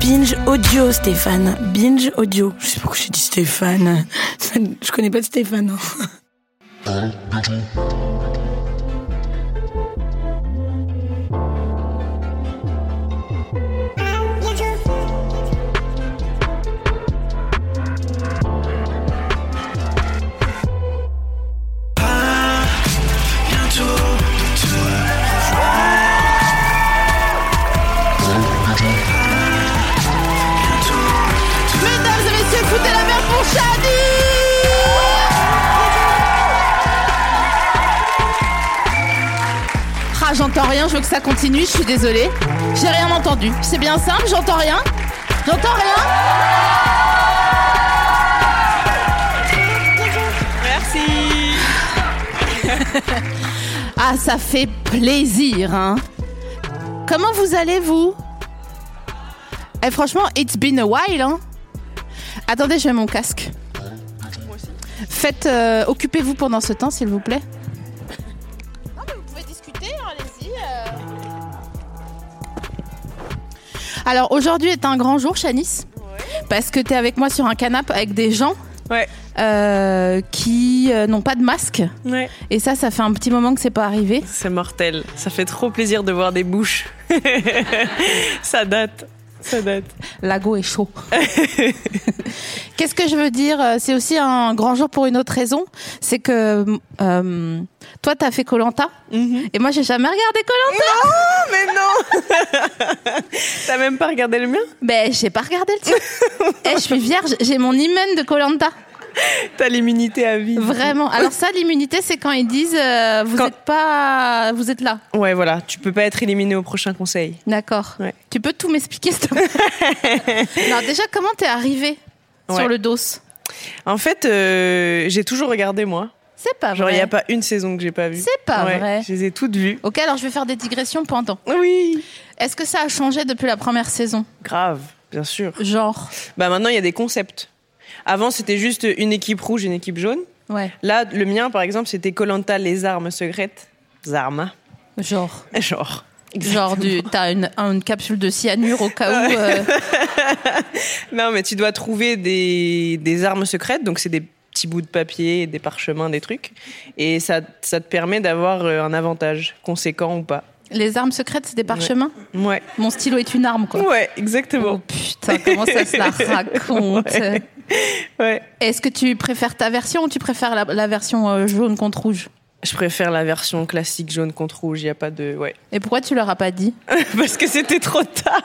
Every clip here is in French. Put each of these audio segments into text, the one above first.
Binge audio, Stéphane. Binge audio. Je sais pas pourquoi j'ai dit Stéphane. Je connais pas de Stéphane. hein. Mesdames et messieurs, foutez la merde pour Shadi Ah, j'entends rien, je veux que ça continue, je suis désolée. J'ai rien entendu. C'est bien simple, j'entends rien. J'entends rien. Merci. Ah, ça fait plaisir, hein. Comment vous allez, vous Eh, franchement, it's been a while, hein. Attendez, je mets mon casque. Faites, euh, occupez-vous pendant ce temps, s'il vous plaît. Non, mais vous pouvez discuter, allez-y. euh. Alors, aujourd'hui est un grand jour, Chanice. Parce que t'es avec moi sur un canapé avec des gens Ouais. euh, qui euh, n'ont pas de masque. Ouais. Et ça, ça fait un petit moment que c'est pas arrivé. C'est mortel. Ça fait trop plaisir de voir des bouches. ça date. Ça date. L'ago est chaud. Qu'est-ce que je veux dire euh, C'est aussi un grand jour pour une autre raison. C'est que euh, toi, t'as fait Colanta Mhm. et moi, j'ai jamais regardé Colanta. Oh, mais non T'as même pas regardé le mien Ben, j'ai pas regardé le truc. Eh, je suis vierge. J'ai mon hymen de Colanta. T'as l'immunité à vie. Vraiment. Alors ça, l'immunité, c'est quand ils disent euh, vous Quand- êtes pas, vous êtes là. Ouais, voilà. Tu peux pas être éliminé au prochain conseil. D'accord. Ouais. Tu peux tout m'expliquer, s'il te plaît Non, déjà, comment t'es arrivée Ouais. sur le dos En fait, euh, j'ai toujours regardé, moi. C'est pas Genre, vrai. il n'y a pas une saison que j'ai pas vue. Ah C'est pas Ouais, vrai. Je les ai toutes vues. Ok, alors je vais faire des digressions pendant. Oui. Est-ce que ça a changé depuis la première saison Grave, bien sûr. Genre Bah maintenant, il y a des concepts. Avant, c'était juste une équipe rouge, une équipe jaune. Ouais, Là, le mien, par exemple, c'était Colanta, les armes secrètes. Zarma. genre. Genre. Genre, du, t'as une, une capsule de cyanure au cas où. euh, Non, mais tu dois trouver des, des armes secrètes, donc c'est des petits bouts de papier, des parchemins, des trucs. Et ça, ça te permet d'avoir euh, un avantage, conséquent ou pas. les armes secrètes, c'est des parchemins Ouais. Mon stylo est une arme, quoi. Ouais, Oh exactement. putain, comment ça se la raconte Ouais. Ouais. Est-ce que tu préfères ta version ou tu préfères la, la version euh, jaune contre rouge Je préfère la version classique jaune contre rouge, il n'y a pas de. Ouais. Et pourquoi tu leur as pas dit Parce que c'était trop tard.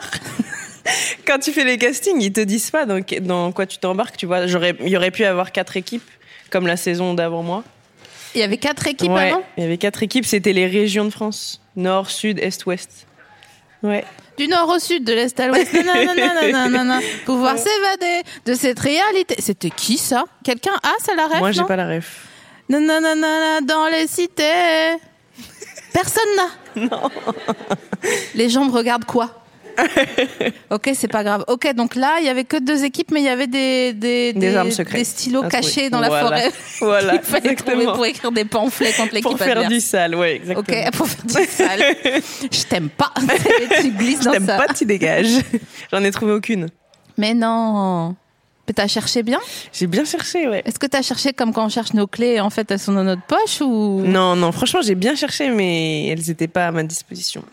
Quand tu fais les castings, ils te disent pas dans, que- dans quoi tu t'embarques, tu vois. J'aurais, il y aurait pu avoir quatre équipes, comme la saison d'avant moi. Il y avait quatre équipes Ouais, avant Il y avait quatre équipes, c'était les régions de France. Nord, sud, est, ouest. Ouais. Du nord au sud, de l'est à l'ouest, nanana, nanana, pouvoir s'évader de cette réalité. C'était qui ça Quelqu'un a ça la ref moi, j'ai non pas la ref. Nananana, dans les cités. Personne n'a. Les gens me regardent quoi Ok, c'est pas grave. Ok, donc là, il y avait que deux équipes, mais il y avait des des, Des armes secrètes. des stylos Ah, cachés oui. dans la Voilà. forêt. Voilà, Il fallait trouver exactement. pour écrire des pamphlets contre l'équipe Pour faire adverse. du sale, ouais, exactement. Ok, pour faire du sale. Je t'aime pas. tu glisses Je dans t'aime ça. pas, tu dégages. J'en ai trouvé aucune. Mais non. Mais t'as cherché bien J'ai bien cherché, ouais. Est-ce que t'as cherché comme quand on cherche nos clés et en fait elles sont dans notre poche ou Non, non, franchement, j'ai bien cherché, mais elles n'étaient pas à ma disposition.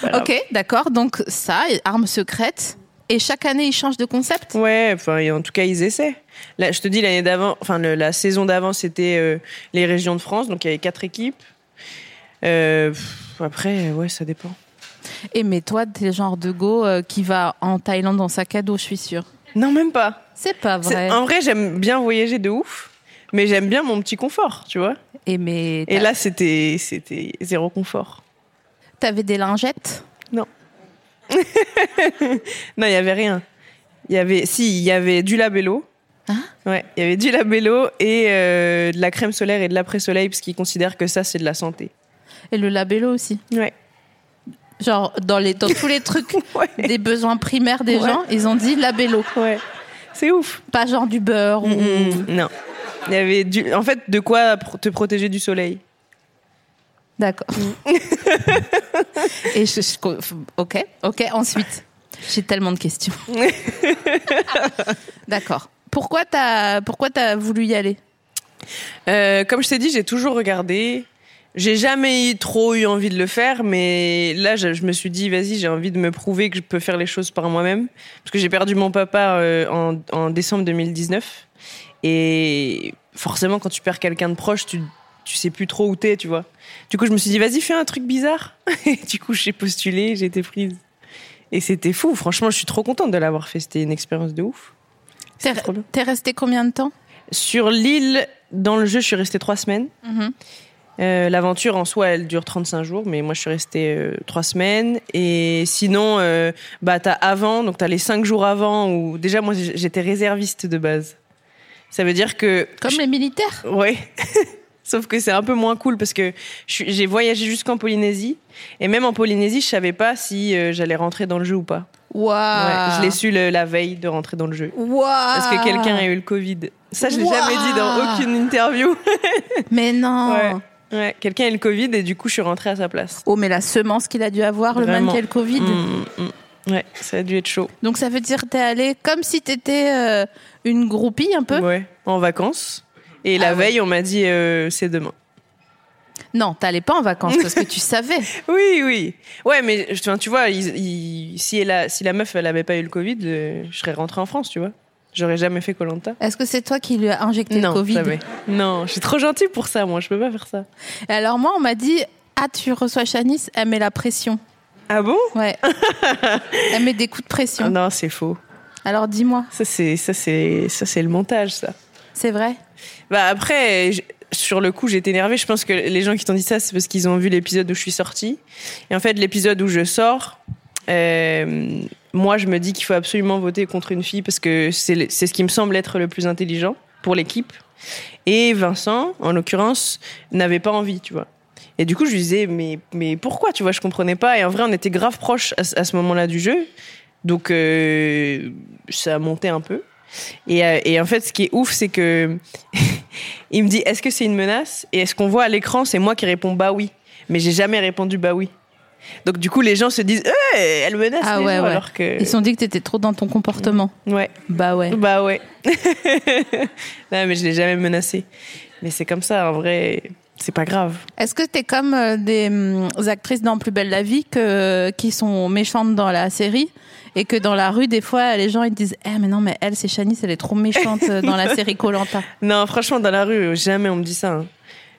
Voilà. Ok, d'accord. Donc ça, et armes secrètes. Et chaque année, ils changent de concept. Ouais, enfin, et en tout cas, ils essaient. Là, je te dis, l'année d'avant, enfin, le- la saison d'avant, c'était euh, les régions de France, donc il y avait quatre équipes. Euh, pff, après, ouais, ça dépend. Et mais toi, t'es le genre de go euh, qui va en Thaïlande dans sa cadeau, je suis sûre. Non, même pas. C'est pas C'est- vrai. En vrai, j'aime bien voyager de ouf. Mais j'aime bien mon petit confort, tu vois. Et, mais Et t'a- là, c'était c'était zéro confort. t'avais des lingettes Non, il y avait rien. Il y avait, si, il y avait du labello. Ah. Ouais, il y avait du labello et euh, de la crème solaire et de l'après-soleil parce qu'ils considèrent que ça c'est de la santé. et le labello aussi. Ouais. Genre, dans, les, dans tous les trucs Ouais. des besoins primaires des Ouais. gens, ils ont dit labello. Ouais. C'est ouf. Pas genre du beurre ou. Non. Il y avait du, en fait, de quoi pro- te protéger du soleil. D'accord. Mm. Et je, je co- ok, ok. Ensuite, j'ai tellement de questions. D'accord. Pourquoi t'as pourquoi t'as voulu y aller Euh, comme je t'ai dit, j'ai toujours regardé. J'ai jamais eu- trop eu envie de le faire, mais là, je, je me suis dit, vas-y, j'ai envie de me prouver que je peux faire les choses par moi-même. Parce que j'ai perdu mon papa euh, en, en décembre 2019. Et forcément, quand tu perds quelqu'un de proche, tu, tu sais plus trop où t'es, tu vois. Du coup, je me suis dit, vas-y, fais un truc bizarre. Et du coup, j'ai postulé, j'ai été prise. Et c'était fou. Franchement, je suis trop contente de l'avoir fait. C'était une expérience de ouf. T'es trop bien. t'es resté combien de temps Sur l'île, dans le jeu, je suis restée trois semaines. Mhm. Euh, L'aventure en soi, elle dure 35 jours, mais moi je suis restée euh, trois semaines. Et sinon, euh, bah t'as avant, donc t'as les cinq jours avant où déjà moi j'étais réserviste de base. Ça veut dire que Comme les militaires. Ouais. Sauf que c'est un peu moins cool parce que je suis- j'ai voyagé jusqu'en Polynésie et même en Polynésie, je savais pas si euh, j'allais rentrer dans le jeu ou pas. Ouais, Waouh. je l'ai su le- la veille de rentrer dans le jeu. Waouh. Parce que quelqu'un Ah. a eu le Covid. Ça, je l'ai Waouh. jamais dit dans aucune interview. Mais non. Ouais. Ouais, quelqu'un a eu le Covid et du coup, je suis rentrée à sa place. Oh, mais la semence qu'il a dû avoir, le Vraiment. man qui a le Covid. Mm, mm. Ouais, ça a dû être chaud. Donc ça veut dire que t'es allé comme si t'étais euh, une groupie un peu. Ouais, en vacances. Et la Ah ouais. veille, on m'a dit euh, c'est demain. Non, t'allais pas en vacances parce que tu savais. Oui, oui. Ouais, mais enfin, tu vois, ils- ils- si, elle a- si la meuf, elle avait pas eu le Covid, euh, je serais rentrée en France, tu vois. J'aurais jamais fait Colanta. Est-ce que c'est toi qui lui a injecté Non, le Covid jamais. Non, je suis trop gentille pour ça, moi. Je peux pas faire ça. Et Alors moi, on m'a dit ah tu reçois Chanice, elle met la pression. Ah bon Ouais. elle met des coups de pression. Ah Non, c'est faux. Alors dis-moi, Ça, c'est ça, c'est ça, c'est le montage, ça. c'est vrai Bah après, je- sur le coup, j'étais énervée. Je pense que les gens qui t'ont dit ça, c'est parce qu'ils ont vu l'épisode où je suis sortie. Et en fait, l'épisode où je sors, euh, moi, je me dis qu'il faut absolument voter contre une fille parce que c'est le- c'est ce qui me semble être le plus intelligent pour l'équipe. Et Vincent, en l'occurrence, n'avait pas envie, tu vois. Et du coup, je lui disais, mais, mais pourquoi, tu vois, je comprenais pas. Et en vrai, on était grave proches à, ce- à ce moment-là du jeu. Donc, euh, ça montait un peu. Et, euh, et en fait, ce qui est ouf, c'est que il me dit est-ce que c'est une menace Et est-ce qu'on voit à l'écran C'est moi qui réponds bah oui. Mais j'ai jamais répondu bah oui. Donc du coup, les gens se disent Eh, elle menace Ah les ouais, gens, ouais. alors que Ils se sont dit que t'étais trop dans ton comportement. ouais. Bah ouais. Bah ouais. non, mais je l'ai jamais menacé. Mais c'est comme ça, en vrai, c'est pas grave. Est-ce que t'es comme euh, des hum, actrices dans Plus belle la vie que, qui sont méchantes dans la série et que dans la rue des fois les gens ils te disent eh mais non mais elle c'est Chanice, elle est trop méchante euh, dans la série Colanta. Non, franchement, dans la rue, jamais on me dit ça. hein.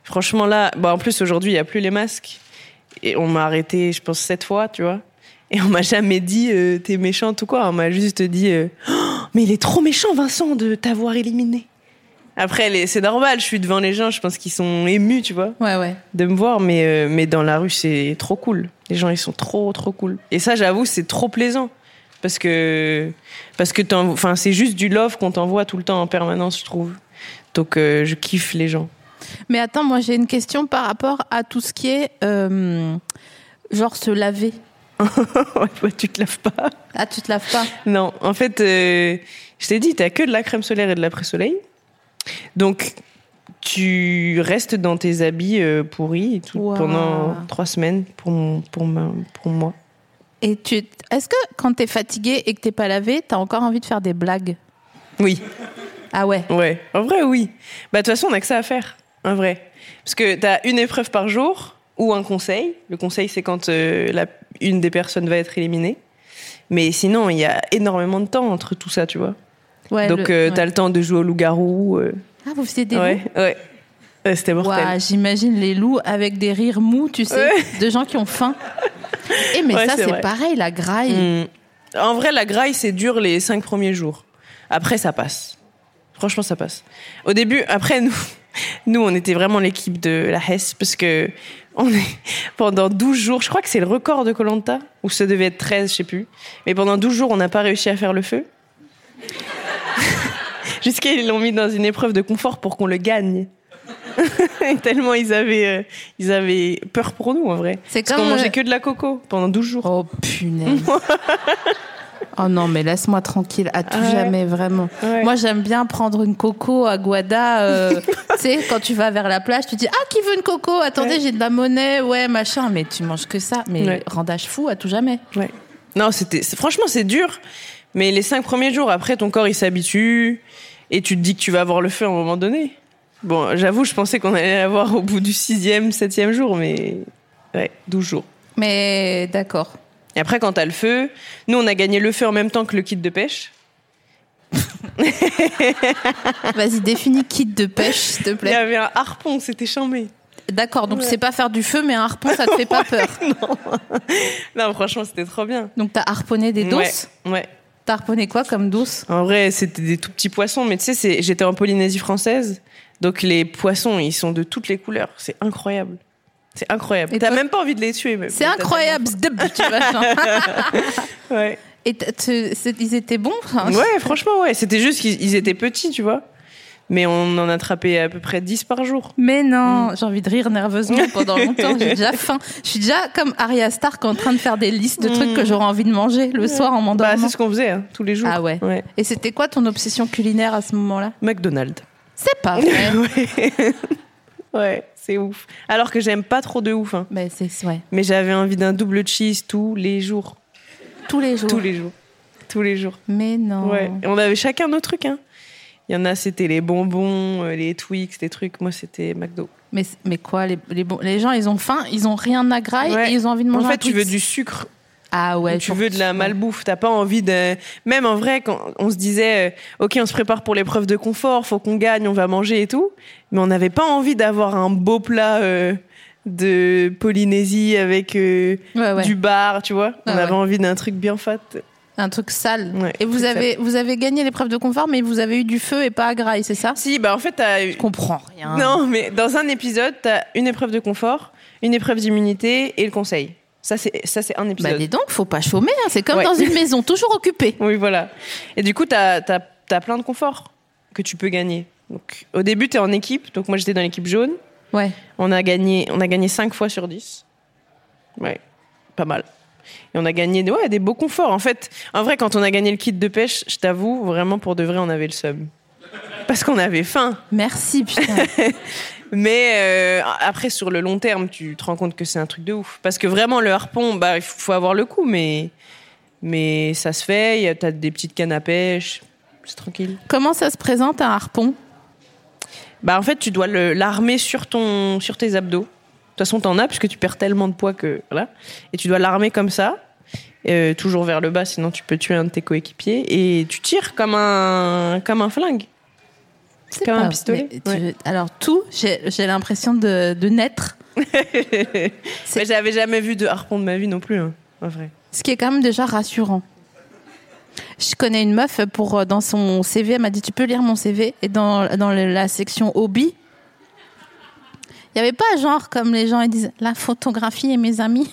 Franchement, là, bah, en plus, aujourd'hui, il n'y a plus les masques. Et on m'a arrêté, je pense, sept fois, tu vois. Et on m'a jamais dit, euh, t'es méchante ou quoi. On m'a juste dit, euh, Oh, mais il est trop méchant, Vincent, de t'avoir éliminé. Après, les- c'est normal, je suis devant les gens, je pense qu'ils sont émus, tu vois, Ouais ouais. de me voir. Mais, euh, mais dans la rue, c'est trop cool. Les gens, ils sont trop, trop cool. Et ça, j'avoue, c'est trop plaisant. Parce que, parce que t'en- enfin, c'est juste du love qu'on t'envoie tout le temps en permanence, je trouve. Donc euh, je kiffe les gens. Mais attends, moi j'ai une question par rapport à tout ce qui est euh, genre se laver. ouais, toi, tu te laves pas. Ah, tu te laves pas Non, en fait, euh, je t'ai dit, t'as que de la crème solaire et de l'après-soleil. Donc tu restes dans tes habits euh, pourris et tout Waouh. pendant trois semaines pour, mon- pour, ma- pour moi. Et tu est-ce que quand t'es fatigué et que t'es pas lavé, t'as encore envie de faire des blagues Oui, Ah ouais. ouais. En vrai, oui. Bah, de toute façon, on n'a que ça à faire. En vrai. Parce que t'as une épreuve par jour ou un conseil. Le conseil, c'est quand euh, la, une des personnes va être éliminée. Mais sinon, il y a énormément de temps entre tout ça, tu vois. ouais Donc le- euh, ouais. t'as le temps de jouer au loup-garou. euh, Ah, vous faisiez des Ouais, ouais. Ouais, C'était loups mortel. Ouah, J'imagine les loups avec des rires mous, tu sais, de gens qui ont faim. Et mais Ouais, ça c'est c'est vrai. pareil, la graille. Mm. En vrai, la graille, c'est dur les cinq premiers jours. Après, ça passe. Franchement, ça passe. Au début, après, nous, nous on était vraiment l'équipe de la Hesse parce que on est, pendant 12 jours, je crois que c'est le record de Colanta, ou ça devait être 13, je sais plus. Mais pendant 12 jours, on n'a pas réussi à faire le feu. Jusqu'à ils l'ont mis dans une épreuve de confort pour qu'on le gagne. Tellement ils avaient, euh, ils avaient peur pour nous en vrai. C'est Parce comme, qu'on euh, mangeait que de la coco pendant 12 jours. Oh punaise. oh non, mais laisse-moi tranquille, à tout Ah ouais. jamais, vraiment. Ouais. Moi, j'aime bien prendre une coco à Guada. euh, tu sais, quand tu vas vers la plage, tu dis Ah, qui veut une coco Attendez, Ouais. j'ai de la monnaie, ouais, machin. Mais tu manges que ça. Mais Ouais. rendage fou, à tout jamais. Ouais. Non, c'était c'est- franchement c'est dur, mais les cinq premiers jours après ton corps il s'habitue et tu te dis que tu vas avoir le feu à un moment donné. Bon, j'avoue, je pensais qu'on allait l'avoir au bout du sixième, septième jour, mais ouais, 12 jours. Mais d'accord. Et après, quand t'as le feu, nous on a gagné le feu en même temps que le kit de pêche. Vas-y, définis kit de pêche, s'il te Il y plaît. avait un harpon, c'était chambé. D'accord, donc c'est pas faire du feu, mais un harpon, ça te fait pas peur. Non, franchement, c'était trop bien. Donc t'as harponné des Ouais, douces ouais. T'as harponné quoi comme douce En vrai, c'était des tout petits poissons, mais tu sais, c'est- j'étais en Polynésie française, donc les poissons, ils sont de toutes les couleurs. C'est incroyable. C'est incroyable. Et T'as toi- même pas envie de les tuer, mais. C'est mais t'as incroyable, zdeb, tu vois, genre. tellement- Ouais. Et t- tu- c'est- ils étaient bons hein Ouais, franchement, ouais. C'était juste qu'ils ils étaient petits, tu vois. Mais on en attrapait à peu près 10 par jour. Mais non, Hmm. j'ai envie de rire nerveusement pendant longtemps. J'ai déjà faim. Je suis déjà comme Arya Stark en train de faire des listes de trucs que j'aurais envie de manger le soir en Hmm. Bah, m'endormant. c'est ce qu'on faisait, hein, tous les jours. ah ouais. Et c'était quoi ton obsession culinaire à ce moment-là McDonald's. C'est pas vrai. Ouais, c'est ouf. Alors que j'aime pas trop de ouf, hein. Mais Bah, c'est ouais. Mais j'avais envie d'un double cheese tous les jours. Tous les jours. Tous les jours. Tous les jours. Mais non. Ouais. Et on avait chacun nos trucs, hein. Il y en a, c'était les bonbons, euh, les Twix, les trucs. Moi, c'était McDo. Mais mais quoi les, les, bons- les gens ils ont faim, ils ont rien à graille Ouais. et Ah, ils ont envie de manger. en un fait, tu Twix. veux du sucre, Ah ouais. tu pour- veux de la malbouffe. T'as pas envie de. Même en vrai, quand on se disait, euh, ok, on se prépare pour l'épreuve de confort, faut qu'on gagne, on va manger et tout. Mais on n'avait pas envie d'avoir un beau plat euh, de Polynésie avec euh, Ouais, ouais. du bar, tu vois. on Ouais, avait ouais. envie d'un truc bien fat. Un truc sale. Ouais, et vous truc avez vous avez gagné l'épreuve de confort, mais vous avez eu du feu et pas à graille, c'est ça Si, bah en fait, t'as Je comprends rien. Non, mais dans un épisode, t'as une épreuve de confort, une épreuve d'immunité et le conseil. Ça, c'est ça, c'est un Bah épisode. dis donc, faut pas chômer, hein, c'est comme Ouais. dans une maison, toujours occupée. oui, voilà. Et du coup, t'as as, plein de conforts que tu peux gagner. Donc, au début, t'es en équipe. Donc, moi, j'étais dans l'équipe jaune. Ouais. On a gagné, on a gagné 5 fois sur 10. Ouais, pas mal. Et on a gagné ouais, des beaux conforts. En fait, en vrai, quand on a gagné le kit de pêche, je t'avoue, vraiment, pour de vrai, on avait le seum. Parce qu'on avait faim. Merci, putain. Mais euh, après, sur le long terme, tu te rends compte que c'est un truc de ouf. Parce que vraiment, le harpon, bah, il faut faut avoir le coup, mais, mais ça se fait. il y a- T'as des petites cannes à pêche, c'est tranquille. Comment ça se présente un harpon Bah, en fait, tu dois le- l'armer sur, ton, sur tes abdos. De toute façon, t'en as, puisque tu perds tellement de poids que. Voilà. Et tu dois l'armer comme ça, euh, toujours vers le bas, sinon tu peux tuer un de tes coéquipiers. Et tu tires comme un, comme un flingue. C'est Comme un pas- pistolet, mais tu- ouais. Alors tout, j'ai j'ai l'impression de, de naître. C'est- Mais j'avais jamais vu de harpon de ma vie non plus, hein, en vrai. Ce qui est quand même déjà rassurant. Je connais une meuf pour euh, dans son CV, elle m'a dit tu peux lire mon CV et dans, dans le- la section hobby. Il n'y avait pas genre comme les gens ils disent la photographie et mes amis.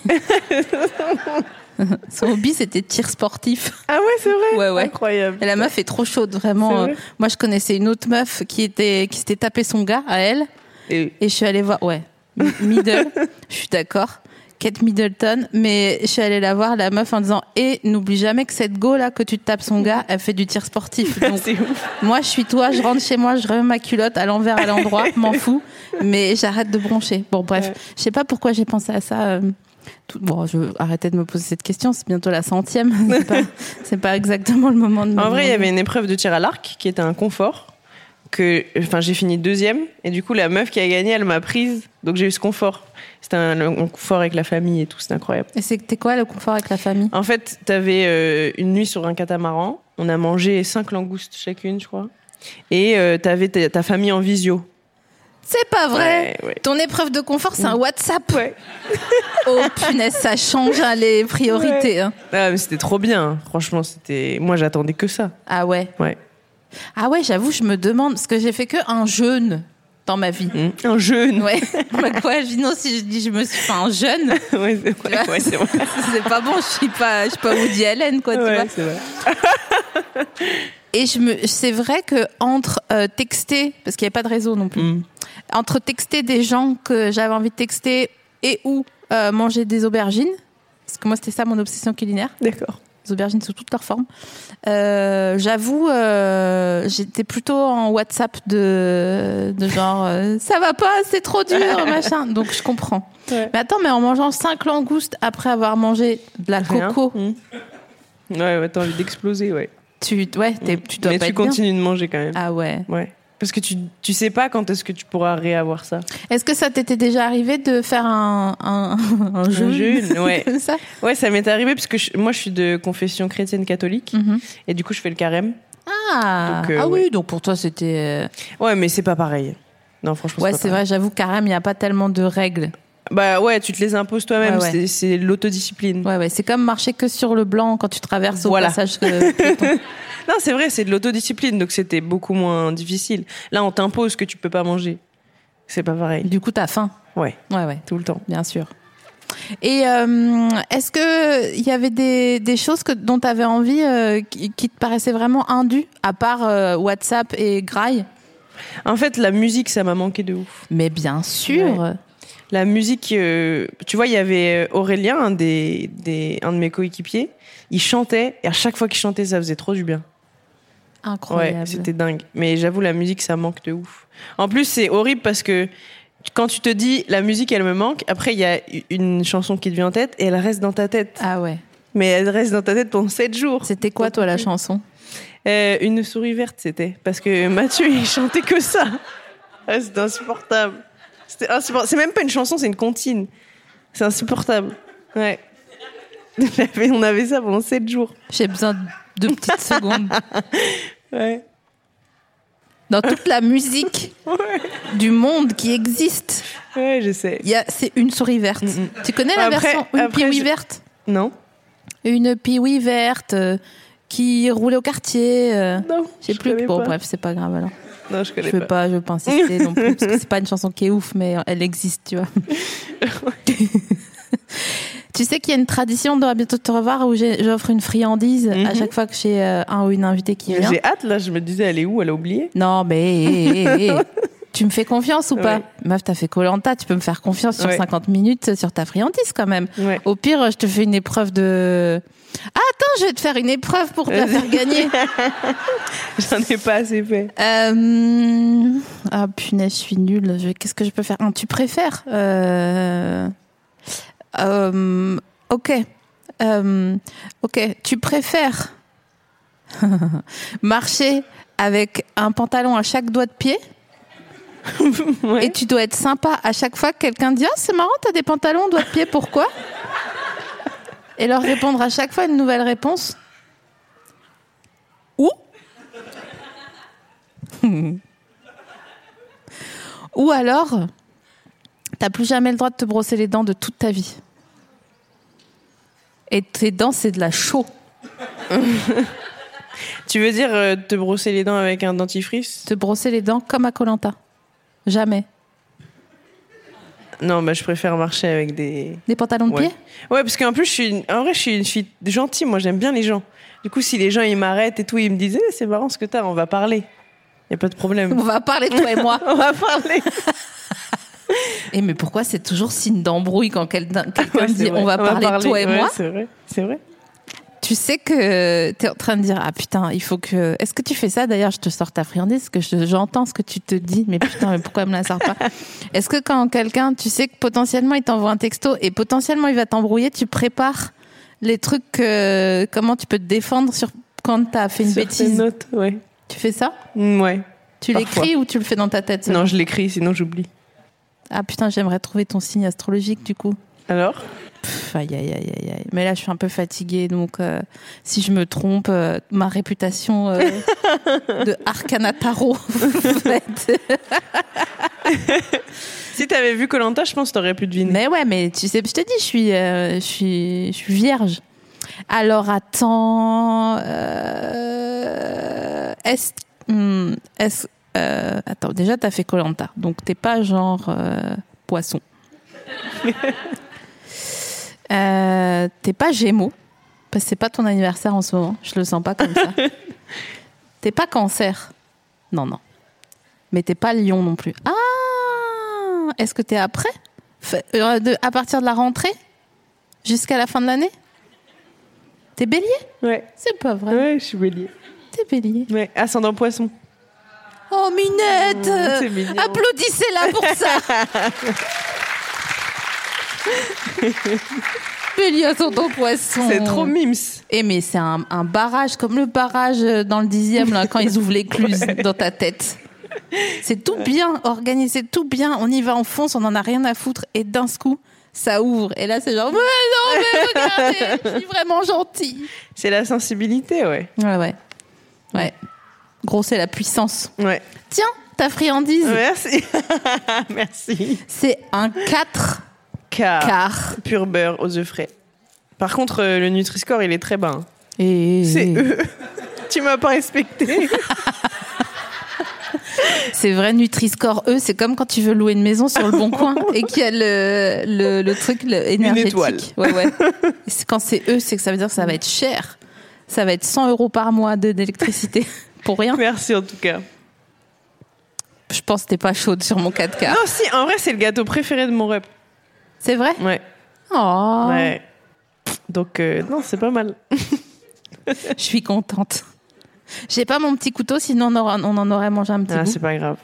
son hobby c'était tir sportif. Ah ouais, c'est vrai. Ouais, ouais. Incroyable. Et la meuf est trop chaude vraiment. C'est vrai Euh, Moi je connaissais une autre meuf qui était qui s'était tapé son gars à elle Et- Et je suis allée voir, ouais, M- Middle, je suis d'accord, Kate Middleton, mais je suis allée la voir, la meuf, en disant, et n'oublie jamais que cette go là que tu te tapes son gars, elle fait du tir sportif. Donc, C'est ouf. moi, je suis toi, je rentre chez moi, je remets ma culotte à l'envers, à l'endroit, m'en fous, mais j'arrête de broncher. Bon, bref, Ouais. je sais pas pourquoi j'ai pensé à ça. euh, tout- Bon, je arrêtez de me poser cette question, c'est bientôt la centième. C'est pas, c'est pas exactement le moment de me En vrai, il y demander. avait une épreuve de tir à l'arc qui était un confort. Que, enfin, j'ai fini deuxième. Et du coup, la meuf qui a gagné, elle m'a prise. Donc, j'ai eu ce confort. C'était un, un confort avec la famille et tout. C'était incroyable. Et c'était quoi le confort avec la famille En fait, t'avais euh, une nuit sur un catamaran. On a mangé cinq langoustes chacune, je crois. Et euh, t'avais ta, ta famille en visio. C'est pas vrai Ouais, ouais. Ton épreuve de confort, c'est un WhatsApp Ouais. Oh punaise, ça change hein, les priorités. hein. Ah, mais c'était trop bien. Franchement, c'était. Moi, j'attendais que ça. Ah ouais. Ouais. Ah ouais, j'avoue, je me demande, parce que j'ai fait que un jeûne dans ma vie. Hmm. Un jeune. Ouais. Bah quoi, je dis non, si je dis je me suis fait un jeûne, Ouais, c'est ouais, ouais, c'est vrai. c'est pas bon, je suis pas, je suis pas Woody Allen, quoi, tu vois. Ouais, c'est vrai. Et je me, c'est vrai que entre euh, texter, parce qu'il n'y avait pas de réseau non plus, Mm. entre texter des gens que j'avais envie de texter et ou euh, manger des aubergines, parce que moi c'était ça mon obsession culinaire, D'accord. les aubergines sous toutes leurs formes. euh, j'avoue, euh, j'étais plutôt en WhatsApp de, de genre euh, ça va pas, c'est trop dur, machin. Donc je comprends. Ouais. Mais attends, mais en mangeant cinq langoustes après avoir mangé de la Rien. coco, Hmm. Ouais, ouais, t'as envie d'exploser, ouais. tu, ouais, t'es- tu dois Mais pas tu être bien. continues de manger quand même. Ah ouais. Ouais. Parce que tu, tu sais pas quand est-ce que tu pourras réavoir ça. Est-ce que ça t'était déjà arrivé de faire un, un, un jeûne, jeûne, ouais. comme ça Ouais, ça m'est arrivé parce que je- moi je suis de confession chrétienne catholique Mhm. et du coup je fais le carême. Ah, Donc, euh, ah ouais. oui, donc pour toi c'était. euh, Ouais, mais c'est pas pareil. Non, franchement, Ouais, pas c'est pareil. vrai, j'avoue, carême, il n'y a pas tellement de règles. Bah ouais, tu te les imposes toi-même, Ouais, ouais. c'est- c'est l'autodiscipline. Ouais, ouais, c'est comme marcher que sur le blanc quand tu traverses au Voilà. passage. euh, piéton. Non, c'est vrai, c'est de l'autodiscipline, donc c'était beaucoup moins difficile. Là, on t'impose que tu peux pas manger. C'est pas pareil. du coup, t'as faim. Ouais, Ouais, ouais, tout le temps. bien sûr. Et euh, est-ce que il y avait des, des choses que, dont t'avais envie euh, qui, qui te paraissaient vraiment indues, à part euh, WhatsApp et Grail En fait, la musique, ça m'a manqué de ouf. Mais bien sûr. La musique, euh, tu vois, il y avait Aurélien, un, des, des- un de mes coéquipiers, il chantait, et à chaque fois qu'il chantait, ça faisait trop du bien. Incroyable. Ouais, c'était dingue. Mais j'avoue, la musique, ça manque de ouf. En plus, c'est horrible parce que quand tu te dis la musique, elle me manque, après, il y a une chanson qui te vient en tête et elle reste dans ta tête. ah ouais. Mais elle reste dans ta tête pendant 7 jours. C'était quoi, toi, la chanson Euh, une souris verte, c'était. Parce que Mathieu, il chantait que ça. Ah, c'était insupportable. C'était insupportable. C'est même pas une chanson, c'est une comptine. C'est insupportable. Ouais. On avait- On avait ça pendant 7 jours. J'ai besoin de petites secondes. Ouais. Dans toute la musique Ouais, du monde qui existe, ouais je sais. il y a- c'est une souris verte. Tu connais la Mm, Après- version une après, piouille je- verte Non Une piouille verte euh, qui roulait au quartier. euh, Non. je sais je plus. connais Bon, pas. bref, c'est pas grave alors. Non, je connais Je veux pas. pas, je veux pas insister non plus, parce que c'est pas une chanson qui est ouf, mais elle existe, tu vois. tu sais qu'il y a une tradition dans À bientôt te revoir où j'ai- j'offre une friandise à Mhm. chaque fois que j'ai euh, un ou une invitée qui vient. J'ai hâte, là, je me disais, elle est où Elle a oublié Non, mais eh, hé, hé, hé, hé. tu me fais confiance ou pas Ouais. Meuf, t'as fait Colanta, tu peux me faire confiance sur Ouais. 50 minutes sur ta friandise quand même. Ouais. Au pire, je te fais une épreuve de. Ah, attends, je vais te faire une épreuve pour te la faire gagner. J'en ai pas assez fait. Euh, Ah, punaise, je suis nulle. Je- Qu'est-ce que je peux faire Ah, Tu préfères Euh, euh, Ok. Euh, Ok. Tu préfères marcher avec un pantalon à chaque doigt de pied Ouais. Et tu dois être sympa à chaque fois que quelqu'un dit Ah, c'est marrant, t'as des pantalons, doigts de pied, pourquoi Et leur répondre à chaque fois une nouvelle réponse. Ou Ou alors, t'as plus jamais le droit de te brosser les dents de toute ta vie. Et tes dents, c'est de la chaux. Tu veux dire euh, te brosser les dents avec un dentifrice Te brosser les dents comme à Colanta. Jamais. Non, bah, je préfère marcher avec des. Des pantalons de Ouais. pied ouais, parce qu'en plus, je suis une- en vrai, je suis une fille gentille. Moi, j'aime bien les gens. Du coup, si les gens ils m'arrêtent et tout, ils me disent Eh, c'est marrant ce que t'as, on va parler. Y a pas de On problème. va parler, toi et moi. on va parler. Et mais pourquoi c'est toujours signe d'embrouille quand quel- quelqu'un Ouais, me c'est dit vrai. on va parler, toi et Ouais, moi C'est vrai. C'est vrai. Tu sais que tu es en train de dire ah putain, il faut que est-ce que tu fais ça d'ailleurs, je te sors ta friandise parce que je- j'entends ce que tu te dis mais putain, mais pourquoi elle me la sort pas Est-ce que quand quelqu'un, tu sais que potentiellement il t'envoie un texto et potentiellement il va t'embrouiller, tu prépares les trucs euh, comment tu peux te défendre sur quand t'as fait une Sur tes bêtise notes, ouais. Tu fais ça Mm, Ouais. Tu Parfois. l'écris ou tu le fais dans ta tête seulement Non, je l'écris, sinon j'oublie. Ah putain, j'aimerais trouver ton signe astrologique du coup. Alors Pff, aïe, aïe, aïe, aïe, aïe. Mais là, je suis un peu fatiguée, donc euh, si je me trompe, euh, ma réputation euh, de Arcana Tarot va être- Si t'avais vu Colanta, je pense que t'aurais pu deviner. Mais ouais, mais tu sais, je te dis, je suis, euh, je suis, je suis vierge. Alors attends, euh, est-ce hum, est-ce. euh, attends, déjà, t'as fait Colanta, donc t'es pas genre euh, poisson. Euh, t'es pas gémeaux, parce que c'est pas ton anniversaire en ce moment, je le sens pas comme ça. t'es pas cancer, non, non. Mais t'es pas lion non plus. Ah Est-ce que t'es après Fait- euh, de- À partir de la rentrée Jusqu'à la fin de l'année T'es bélier Ouais. C'est pas vrai. Ouais, je suis bélier. T'es bélier. Ouais, ascendant poisson. Oh, Minette c'est Mmh, mignon. Applaudissez-la pour ça Bélier à ton ton poisson. C'est trop mimes. Eh mais c'est un, un barrage, comme le barrage euh, dans le dixième, là, quand ils ouvrent l'écluse dans ta tête. C'est tout bien organisé, tout bien. On y va, on fonce, on en a rien à foutre. Et d'un ce coup, ça ouvre. Et là, c'est genre, mais non, mais regardez, je suis vraiment gentille. C'est la sensibilité, ouais. Ouais, ouais. Ouais. Gros, c'est la puissance. Ouais. Tiens, ta friandise, Merci. Merci. c'est un 4 Car. quart. Pur beurre aux œufs frais. Par contre, euh, le Nutri-Score, il est très bas. hein. Et C'est eux. Tu m'as pas respecté. C'est vrai, Nutri-Score E, c'est comme quand tu veux louer une maison sur le bon coin et qu'il y a le, le, le truc le- énergétique. étoile. Ouais, ouais. Et c'est- Quand c'est E, c'est que ça veut dire que ça va être cher. Ça va être 100 euros par mois de- d'électricité pour rien. Merci en tout cas. Je pense que t'es pas chaude sur mon 4 quarts. Non, si, en vrai, c'est le gâteau préféré de mon rep. C'est vrai Ouais. Oh, Ouais. Donc, euh, non, c'est pas mal. je suis contente. J'ai pas mon petit couteau, sinon on, aura- on en aurait mangé un petit Ah, bout. c'est pas grave.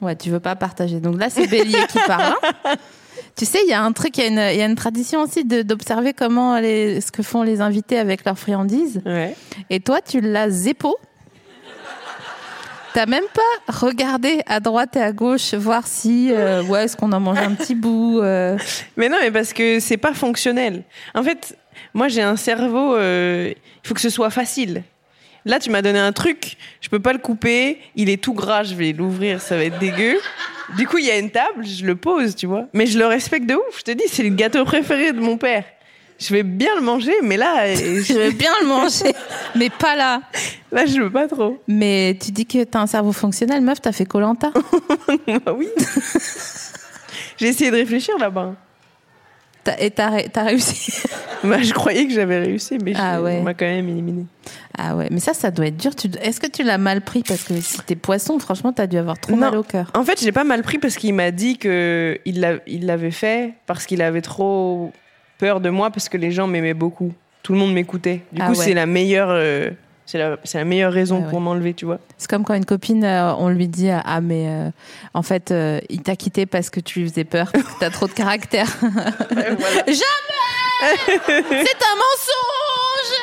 Ouais, tu veux pas partager. Donc là, c'est Bélier qui parle. hein. Tu sais, il y a un truc, il y, a une- il y a une tradition aussi de- d'observer comment les, ce que font les invités avec leurs friandises. Ouais. Et toi, tu l'as zépo. T'as même pas regardé à droite et à gauche voir si, euh, ouais, est-ce qu'on a mangé un petit bout. euh. Mais non, mais parce que c'est pas fonctionnel. En fait, moi, j'ai un cerveau. euh, Il faut que ce soit facile. Là, tu m'as donné un truc. Je peux pas le couper. Il est tout gras. Je vais l'ouvrir. Ça va être dégueu. Du coup, il y a une table. Je le pose, tu vois. Mais je le respecte de ouf. Je te dis, c'est le gâteau préféré de mon père. Je vais bien le manger, mais là, euh, Je je- veux bien le manger, mais pas là. là, je veux pas trop. Mais tu dis que t'as un cerveau fonctionnel, meuf, t'as fait Colanta. Bah oui. J'ai essayé de réfléchir là-bas. Et t'as ré- t'as réussi. Bah, je croyais que j'avais réussi, mais je- Ah ouais. on m'a quand même éliminé. Ah ouais, mais ça, ça doit être dur. Tu- Est-ce que tu l'as mal pris Parce que si t'es poisson, franchement, t'as dû avoir trop Non. mal au cœur. En fait, j'ai pas mal pris parce qu'il m'a dit que il l'a- il l'avait fait parce qu'il avait trop peur de moi parce que les gens m'aimaient beaucoup. Tout le monde m'écoutait. Du Ah coup, ouais. c'est la meilleure, euh, c'est la, c'est la meilleure raison Ah pour ouais. m'enlever, tu vois. C'est comme quand une copine, euh, on lui dit Ah, mais euh, en fait, euh, il t'a quitté parce que tu lui faisais peur, parce que t'as trop de caractère. Jamais C'est un mensonge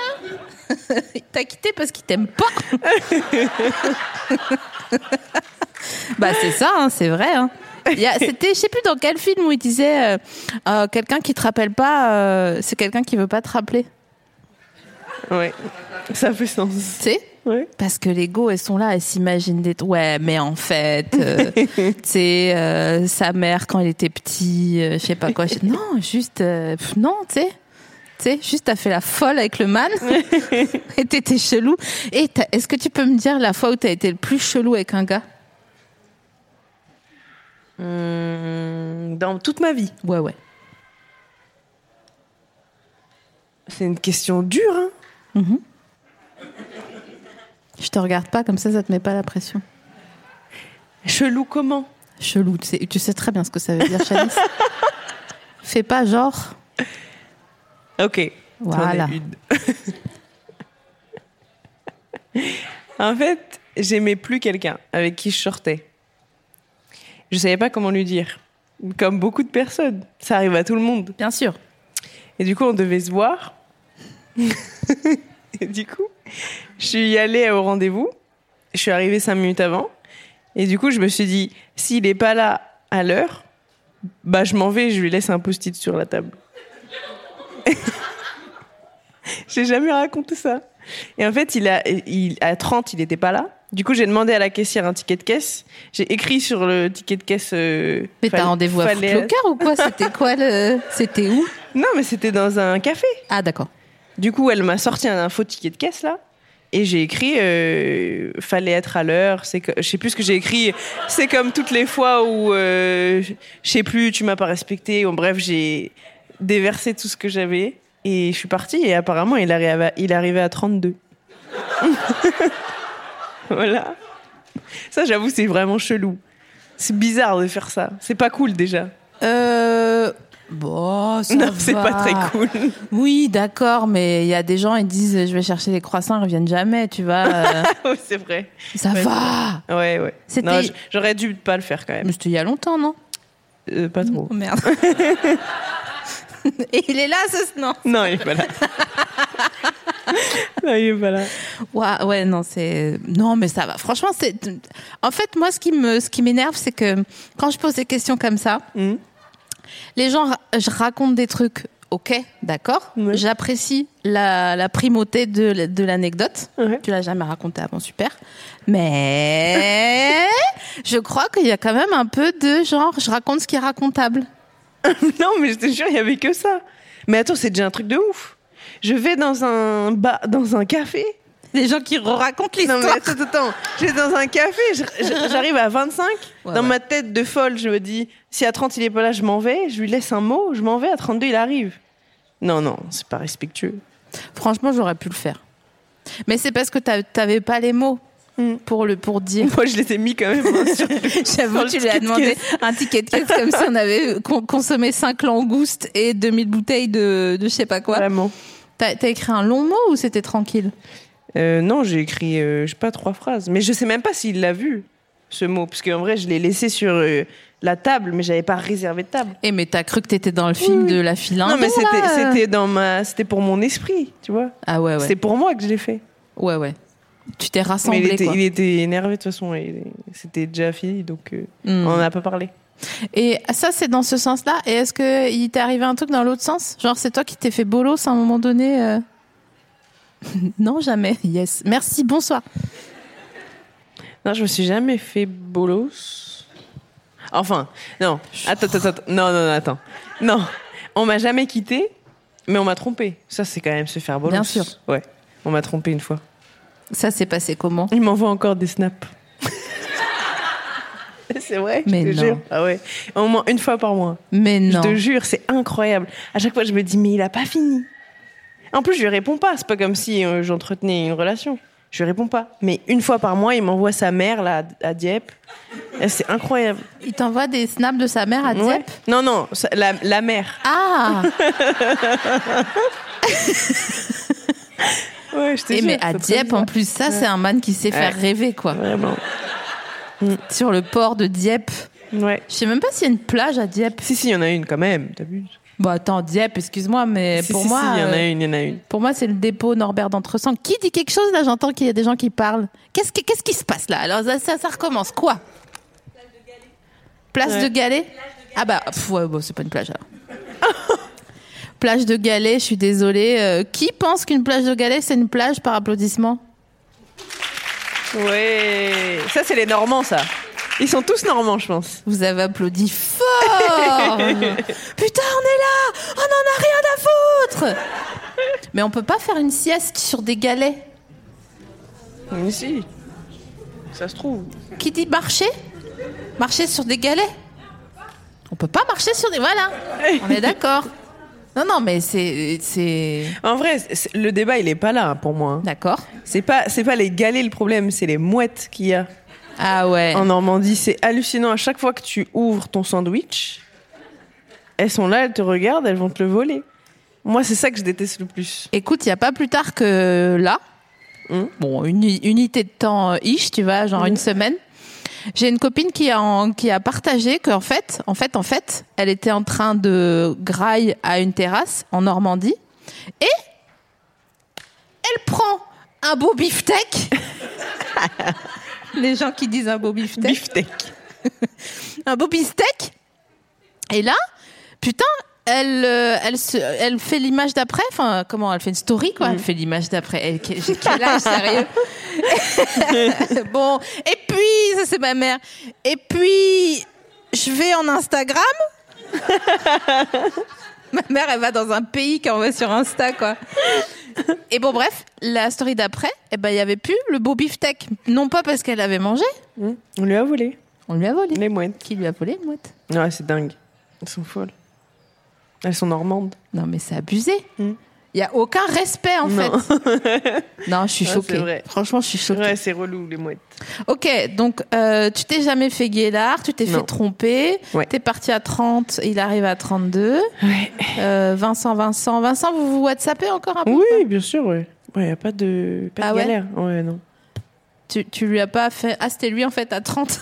Il t'a quitté parce qu'il t'aime pas Bah, c'est ça, hein, c'est vrai. hein. Il y a- C'était, je sais plus dans quel film où il disait euh, Euh, Quelqu'un qui te rappelle pas, euh, c'est quelqu'un qui veut pas te rappeler. Ouais, ça fait sens. Tu sais Ouais. Parce que les go, elles sont là, elles s'imaginent des... Ouais, mais en fait, euh, tu sais, euh, sa mère, quand il était petit, euh, je sais pas quoi. je- Non, juste... euh, pff, non, tu sais Tu sais, juste t'as fait la folle avec le man et t'étais chelou. Et t'as- est-ce que tu peux me dire la fois où t'as été le plus chelou avec un gars Hum, Dans toute ma vie, Ouais, ouais. c'est une question dure. hein. Je te regarde pas, comme ça, ça te met pas la pression. Chelou comment Chelou, tu sais, tu sais très bien ce que ça veut dire, Chalice. Fais pas genre... Ok. J'en ai Voilà. une. en fait, j'aimais plus quelqu'un avec qui je sortais. Je savais pas comment lui dire. Comme beaucoup de personnes, ça arrive à tout le monde. Bien sûr. Et du coup, on devait se voir. et du coup, je suis allée au rendez-vous. Je suis arrivée cinq minutes avant. Et du coup, je me suis dit, s'il n'est pas là à l'heure, bah je m'en vais, je lui laisse un post-it sur la table. j'ai jamais raconté ça. Et en fait, il a, il, à 30, il n'était pas là. Du coup, j'ai demandé à la caissière un ticket de caisse. J'ai écrit sur le ticket de caisse. euh, Mais t'as fallait- rendez-vous à fallait- Footlocker ou quoi C'était quoi le... C'était où Non, mais c'était dans un café. Ah, d'accord. Du coup, elle m'a sorti un faux ticket de caisse là. Et j'ai écrit euh, fallait être à l'heure. C'est que- je sais plus ce que j'ai écrit. C'est comme toutes les fois où euh, je sais plus, tu m'as pas respecté. Bon, bref, j'ai déversé tout ce que j'avais et je suis partie. Et apparemment, il arrive à, il arrivait à 32. voilà. Ça, j'avoue, c'est vraiment chelou. C'est bizarre de faire ça. C'est pas cool déjà. Euh. Bon, ça non, c'est pas va. très cool. Oui, d'accord, mais il y a des gens, ils disent je vais chercher les croissants, ils reviennent jamais, tu vois. euh, Ouais, c'est vrai. ça Ouais. va Ouais, ouais. C'était- Non, j- j'aurais dû pas le faire quand même. Mais c'était il y a longtemps, non Euh, pas trop. Oh merde. Et il est là, ce non Non, il est pas là. non, il est pas là. Ouais, ouais, non, c'est non, mais ça va. Franchement, c'est en fait moi ce qui me ce qui m'énerve, c'est que quand je pose des questions comme ça, Mhm. les gens ra- je raconte des trucs. Ok, d'accord. Ouais. J'apprécie la, la primauté de, l- de l'anecdote. Ouais. Tu l'as jamais raconté avant, super. Mais je crois qu'il y a quand même un peu de genre, je raconte ce qui est racontable. Non, mais je te jure, il y avait que ça. Mais attends, c'est déjà un truc de ouf. Je vais dans un ba- dans un café. Les gens qui racontent Non, mais l'histoire. attends, attends. Je vais dans un café, je- je- j'arrive à 25. Ouais, dans ouais. ma tête de folle, je me dis si à 30 il est pas là, je m'en vais. Je lui laisse un mot, je m'en vais. À 32, il arrive. Non, non, c'est pas respectueux. Franchement, j'aurais pu le faire. Mais c'est parce que t'as- t'avais pas les mots Mm. pour le pour dire. Moi, je les ai mis quand même. hein, sur- J'avoue, le tu lui as ticket de demandé un ticket de caisse comme si on avait con- consommé 5 langoustes et 2000 bouteilles de, de je sais pas quoi. Vraiment. T'as t'as écrit un long mot ou c'était tranquille Euh, non, j'ai écrit, euh, je sais pas, trois phrases. Mais je sais même pas s'il l'a vu, ce mot. Parce qu'en vrai, je l'ai laissé sur euh, la table, mais j'avais pas réservé de table. Eh, mais t'as cru que t'étais dans le film de la filande non, mais c'était, c'était dans ma, c'était pour mon esprit, tu vois. euh. Ah ouais, C'était ouais. pour moi que je l'ai fait. Ouais, ouais. Tu t'es mais il rassemblé, était, quoi. il était énervé de toute façon. et c'était déjà fini, donc euh, Mm. on en a pas parlé. Et ça, c'est dans ce sens-là. Et est-ce que il t'est arrivé un truc dans l'autre sens Genre, c'est toi qui t'es fait bolos à un moment donné euh Non, jamais. Yes. Merci, bonsoir. Non, je me suis jamais fait bolos. Enfin, non. Attends, attends, attends. Non, non, non, attends. Non, on m'a jamais quitté, mais on m'a trompé. Ça, c'est quand même se faire bolos. Bien sûr. Ouais, on m'a trompé une fois. Ça s'est passé comment Il m'envoie encore des snaps. c'est vrai, Mais je te non. jure. Ah ouais. Au moins une fois par mois. Mais non. Je te jure, c'est incroyable. À chaque fois, je me dis, mais il a pas fini. En plus, je lui réponds pas. C'est pas comme si euh, j'entretenais une relation. Je lui réponds pas. Mais une fois par mois, il m'envoie sa mère là, à Dieppe. Et C'est incroyable. Il t'envoie des snaps de sa mère à Dieppe Ouais. Non, non, ça- la, la mère. Ah Ouais, je te Et jure, Eh, mais c'est à très Dieppe, bizarre. en plus, ça, c'est un man qui sait faire Ouais. rêver, quoi. Vraiment. Sur le port de Dieppe. Ouais. Je sais même pas s'il y a une plage à Dieppe. Si, si, il y en a une quand même, t'abuses. Bon, attends, Dieppe, excuse-moi, mais Si, pour si, moi. si, il y en a euh, une, il y en a une. Pour moi, c'est le dépôt Norbert d'Entresang. Qui dit quelque chose là J'entends qu'il y a des gens qui parlent. Qu'est-ce qui, qu'est-ce qui se passe là Alors ça, ça, ça recommence. Quoi Place de Galet. Ah bah, pff, ouais, bon, c'est pas une plage alors. plage de Galet, je suis désolée. Euh, qui pense qu'une plage de Galet, c'est une plage par applaudissement Ouais. Ça, c'est les Normands, ça. Ils sont tous Normands, je pense. Vous avez applaudi fort Putain, on est là On en a rien à foutre Mais on peut pas faire une sieste sur des galets. Mais si. Ça se trouve. Qui dit marcher Marcher sur des galets On peut pas marcher sur des... Voilà On est d'accord. Non, non, mais c'est... c'est- En vrai, c'est- le débat, il est pas là hein, pour moi. hein. D'accord. C'est pas, c'est pas les galets le problème, c'est les mouettes qu'il y a Ah ouais. en Normandie. C'est hallucinant. À chaque fois que tu ouvres ton sandwich, elles sont là, elles te regardent, elles vont te le voler. Moi, c'est ça que je déteste le plus. Écoute, il y a pas plus tard que là, Hum. bon, une u- unité de temps euh, ish, tu vois, genre une semaine. J'ai une copine qui a en- qui a partagé qu'en fait, en fait, en fait, elle était en train de graille à une terrasse en Normandie et elle prend un beau beefsteak. Les gens qui disent un beau beefsteak Beefsteak. un beau bistec. Et là, putain, elle, euh, elle, se- elle fait l'image d'après. Enfin, comment Elle fait une story, quoi. Elle fait l'image d'après. Elle, que- j'ai quel âge, sérieux Bon, et puis, ça c'est ma mère. Et puis, je vais en Instagram. ma mère, elle va dans un pays qu'on va sur Insta, quoi. Et bon, bref, la story d'après, eh ben, il y avait plus le beau beefsteak. Non pas parce qu'elle avait mangé, Hmm. On lui a volé on lui a volé. les moines. Qui lui a volé le mouette Ouais, c'est dingue. Elles sont folles. Elles sont normandes. Non, mais c'est abusé. Il Mm. y a aucun respect, en Non. fait. Non, je suis Ouais, choquée. c'est vrai. Franchement, je suis choquée. Ouais, c'est relou, les mouettes. Ok, donc euh, tu t'es jamais fait guélard, tu t'es Non. fait tromper, Ouais. t'es parti à 30, il arrive à 32. Ouais. Euh, Vincent, Vincent, Vincent, vous vous WhatsAppez encore un peu Oui, bien sûr, ouais. Ouais, y a pas de, pas de Ah ouais galère. Ouais, non. tu, tu lui as pas fait... Ah, c'était lui, en fait, à 30.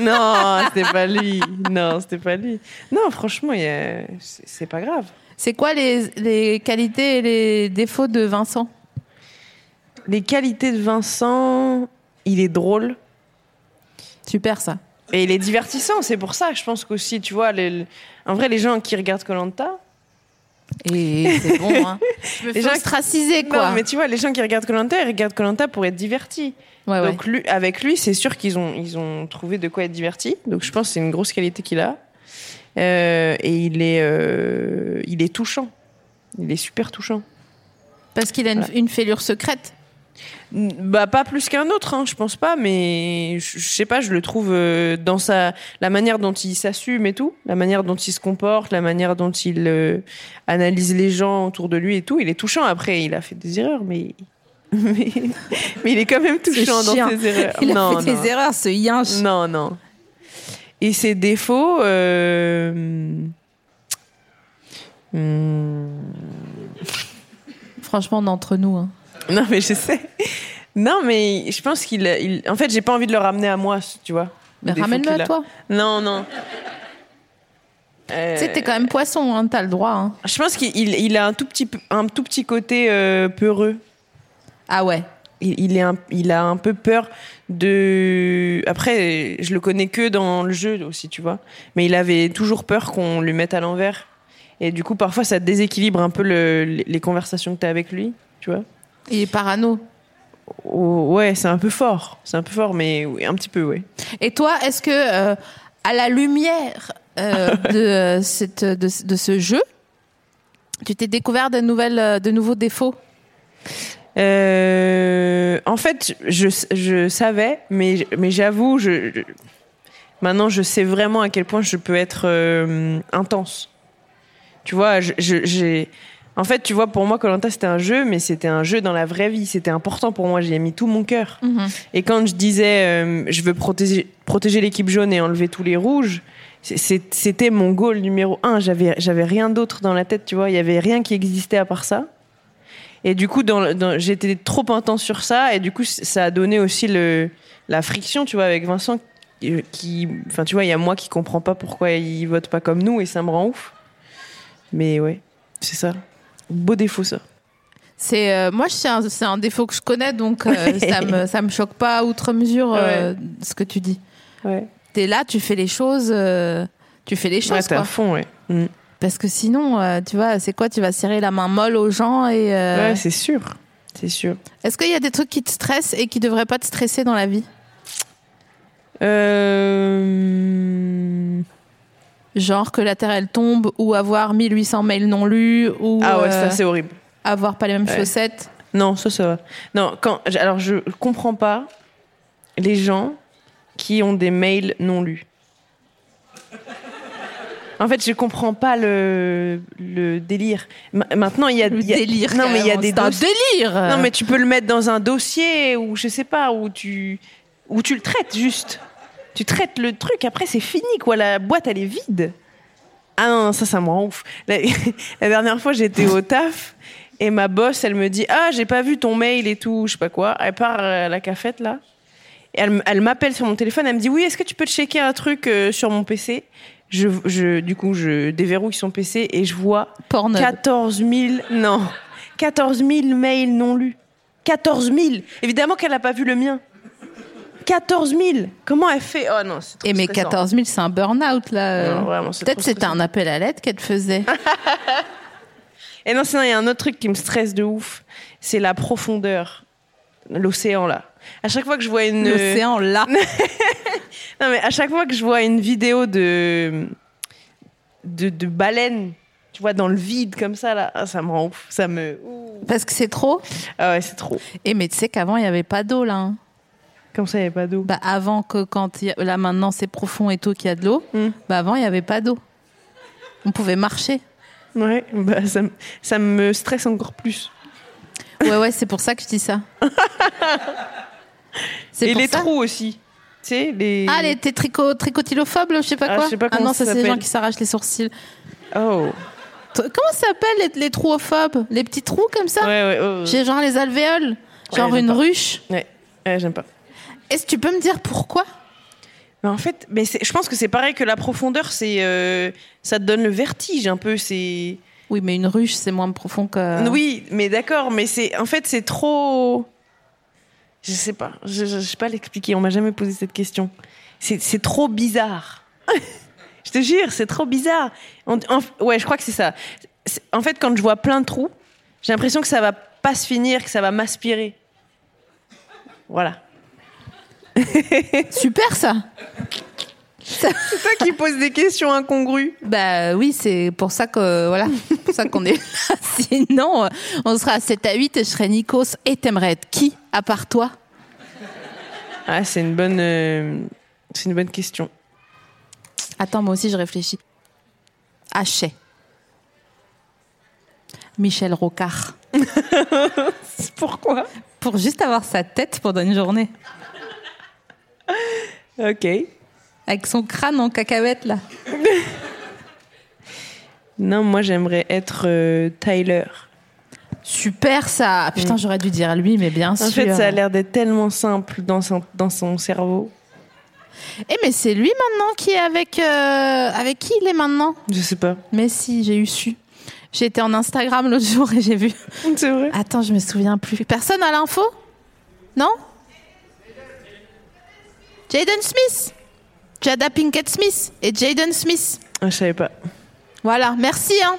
non, c'était pas lui. Non, c'était pas lui. Non, franchement, y a- c'est c'est pas grave. C'est quoi les, les qualités et les défauts de Vincent Les qualités de Vincent, il est drôle. Super, ça. Et il est divertissant, c'est pour ça, je pense qu'aussi, tu vois, les- en vrai, les gens qui regardent Colanta, Et c'est bon, hein. Je me fais Les gens qui- ostraciser, quoi. non, mais tu vois, les gens qui regardent Colanta, ils regardent Colanta pour être divertis. Ah Ouais, ouais. Donc lui- avec lui, c'est sûr qu'ils ont, ils ont trouvé de quoi être divertis. Donc je pense que c'est une grosse qualité qu'il a. Euh, et il est, euh, il est touchant. Il est super touchant. Parce qu'il a une, Voilà. une fêlure secrète. N- Bah pas plus qu'un autre, hein, je pense pas, mais je je sais pas, je le trouve euh, dans sa la manière dont il s'assume et tout, la manière dont il se comporte, la manière dont il euh, analyse les gens autour de lui et tout. Il est touchant. Après, il a fait des erreurs, mais mais, mais il est quand même touchant dans chiant. ses erreurs. Il Non, a fait non. des erreurs, ce yinche. Non, non. Et ses défauts. euh, hmm, Franchement, on est entre nous. hein. Non, mais je sais. Non, mais je pense qu'il. a- il- En fait, j'ai pas envie de le ramener à moi, tu vois. Mais défauts ramène-le qu'il à a. toi. Non, non. Euh, Tu sais, t'es quand même poisson, hein, t'as le droit. hein. Je pense qu'il il- il a un tout petit, peu- un tout petit côté euh, peureux. Ah ouais. Il, il est un- il a un peu peur de. Après, je le connais que dans le jeu aussi, tu vois. Mais il avait toujours peur qu'on lui mette à l'envers. Et du coup, parfois, ça déséquilibre un peu le- les les conversations que tu as avec lui, tu vois. Il est parano. Oh, ouais, c'est un peu fort. C'est un peu fort, mais oui, un petit peu, ouais. Et toi, est-ce que, euh, à la lumière euh, de, euh, cette, de, ce- de ce jeu, tu t'es découvert de, nouvelles, euh, de nouveaux défauts Euh, en fait, je, je savais, mais, mais j'avoue, je, je- maintenant je sais vraiment à quel point je peux être euh, intense. Tu vois, je- je- j'ai. En fait, tu vois, pour moi, Colanta, c'était un jeu, mais c'était un jeu dans la vraie vie. C'était important pour moi. J'y ai mis tout mon cœur. Et quand je disais, euh, je veux protéger, protéger l'équipe jaune et enlever tous les rouges, c'est- c'est- c'était mon goal numéro un. J'avais, j'avais rien d'autre dans la tête, tu vois. Il y avait rien qui existait à part ça. Et du coup, dans, le- dans- j'étais trop intense sur ça. Et du coup, c- ça a donné aussi le, la friction, tu vois, avec Vincent, qui- euh, qui, enfin, tu vois, il y a moi qui comprends pas pourquoi il vote pas comme nous, et ça me rend ouf. Mais ouais, c'est ça. Beau défaut, ça. C'est euh, moi, c'est un, c'est un défaut que je connais, donc euh, Ouais. ça me ça me choque pas outre mesure euh, Ouais. ce que tu dis. Ouais. T'es là, tu fais les choses, euh, tu fais les Ouais, choses t'es à quoi. fond, ouais. Mm. Parce que sinon, euh, tu vois, c'est quoi Tu vas serrer la main molle aux gens et euh, Ouais, c'est sûr. C'est sûr. est-ce qu'il y a des trucs qui te stressent et qui devraient pas te stresser dans la vie Euh... Genre que la terre elle tombe ou avoir 1800 mails non lus ou Ah ouais, euh, ça c'est horrible. avoir pas les mêmes Ouais. chaussettes. Non, ça ça va. Non, quand alors je comprends pas les gens qui ont des mails non lus. En fait, je comprends pas le, le délire. Ma- maintenant, il y a, Le il y a- délire. Non, mais il y a carrément. des C'est un dossiers. délire. Non, mais tu peux le mettre dans un dossier ou je sais pas où tu où tu le traites juste. Tu traites le truc. Après, c'est fini quoi. La boîte elle est vide. Ah non, non, ça, ça me rend ouf. La, la dernière fois, j'étais au taf et ma boss, elle me dit ah j'ai pas vu ton mail et tout, je sais pas quoi. Elle part à la cafette là. Et elle, m- elle m'appelle sur mon téléphone, elle me dit oui, est-ce que tu peux checker un truc euh, sur mon PC je, je, Du coup, je déverrouille son PC et je vois Pornhub. 14 000, non, 14 000 mails non lus. 14 000 Évidemment qu'elle n'a pas vu le mien. 14 000 Comment elle fait Oh non, c'est trop Et Eh, mais stressant. 14 000, c'est un burn-out là. euh. Non, vraiment, c'est Peut-être trop Ah, c'était stressant. un appel à l'aide qu'elle faisait. Et non, sinon, il y a un autre truc qui me stresse de ouf. C'est la profondeur. L'océan, là. À chaque fois que je vois une... L'océan là. Non, mais à chaque fois que je vois une vidéo de... De, de baleine, tu tu vois, dans le vide comme ça, là, ah, ça me rend ouf. Ça me. ouh. Parce que c'est trop. Ah ouais, c'est trop. Et mais tu sais qu'avant, il n'y avait pas d'eau là. hein. Comme ça, il n'y avait pas d'eau. Bah, avant que quand il y a- là maintenant c'est profond et tout qu'il y a de l'eau, Mm. bah avant il n'y avait pas d'eau. On pouvait marcher. Ouais, bah, ça, me- ça me stresse encore plus. Ouais ouais, c'est pour ça que je dis ça. C'est Et pour les ça. trous aussi. Tu sais, les. Ah les t'es trico, tricotilophobe, je sais pas Ah, quoi. je sais pas ah comment non, ça ça c'est les gens s'appelle. qui s'arrachent les sourcils. Oh. T- Comment ça s'appelle les, les trouophobes Les petits trous comme Ouais, ça ouais, ouais, ouais. Ah. J'ai genre les alvéoles, genre j'aime une pas. ruche. Ouais, ouais, j'aime pas. Est-ce que tu peux me dire pourquoi Mais en fait, mais c'est- je pense que c'est pareil que la profondeur, c'est euh, ça te donne le vertige un peu. C'est Oui, mais une ruche c'est moins profond que oui, mais d'accord, mais c'est en fait c'est trop. Je sais pas, je, je- je sais pas l'expliquer. On m'a jamais posé cette question. C'est c'est trop bizarre. je te jure, c'est trop bizarre. En- en- ouais, je crois que c'est ça. C'est- En fait, quand je vois plein de trous, j'ai l'impression que ça va pas se finir, que ça va m'aspirer. Voilà. Super ça. C'est toi qui poses des questions incongrues. Bah oui, c'est pour ça que voilà, c'est pour ça qu'on est là. Sinon, euh, on sera à 7 à 8 et je serai Nikos et t'aimerais être qui à part toi Ah, c'est une bonne, euh, c'est une bonne question. Attends, moi aussi je réfléchis. Hachet. Michel Rocard. Pourquoi Pour juste avoir sa tête pendant une journée. Ok. Avec son crâne en cacahuète là. Non, moi j'aimerais être euh, Tyler. Super ça. Putain, j'aurais dû dire lui, mais bien En sûr. fait, ça a l'air d'être tellement simple dans son, dans son cerveau. Eh mais c'est lui maintenant qui est avec euh, avec qui il est maintenant Je sais pas. Mais si, j'ai eu su. J'étais en Instagram l'autre jour et j'ai vu. C'est vrai. Attends, je me souviens plus. Personne à l'info Non Jaden Smith Jada Pinkett Smith et Jaden Smith. Ah, je savais pas. Voilà, merci. Hein.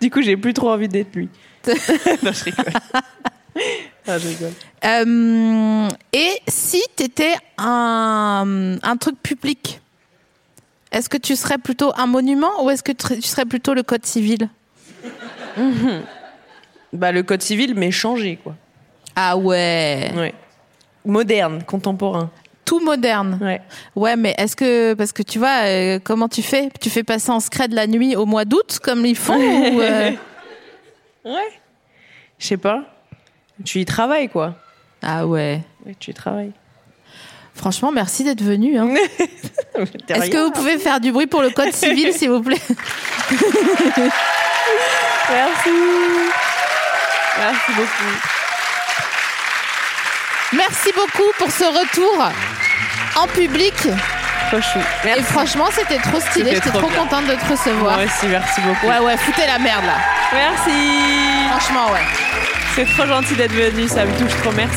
Du coup, j'ai plus trop envie d'être lui. non, je rigole. Ah, je rigole. Euh, et si t'étais un, un truc public, est-ce que tu serais plutôt un monument ou est-ce que tu tu serais plutôt le code civil Bah, le code civil, mais changé, quoi. Ah ouais, Ouais. Moderne, contemporain. tout moderne. Ouais. Ouais, mais est-ce que parce que tu vois euh, comment tu fais Tu fais passer en secret de la nuit au mois d'août comme ils font ou, euh, Ouais. Je sais pas. Tu y travailles, quoi. Ah ouais. Ouais, tu y travailles. Franchement, merci d'être venu. hein. T'es Est-ce que rien. vous pouvez faire du bruit pour le code civil, s'il vous plaît Merci. Merci beaucoup. Merci beaucoup pour ce retour en public. Trop chou. Et Merci. franchement, c'était trop stylé. C'était J'étais trop trop bien. contente de te recevoir. Moi aussi, merci beaucoup. Ouais, ouais, foutez la merde là. Merci. Franchement, ouais. C'est trop gentil d'être venu, ça me touche trop. Merci.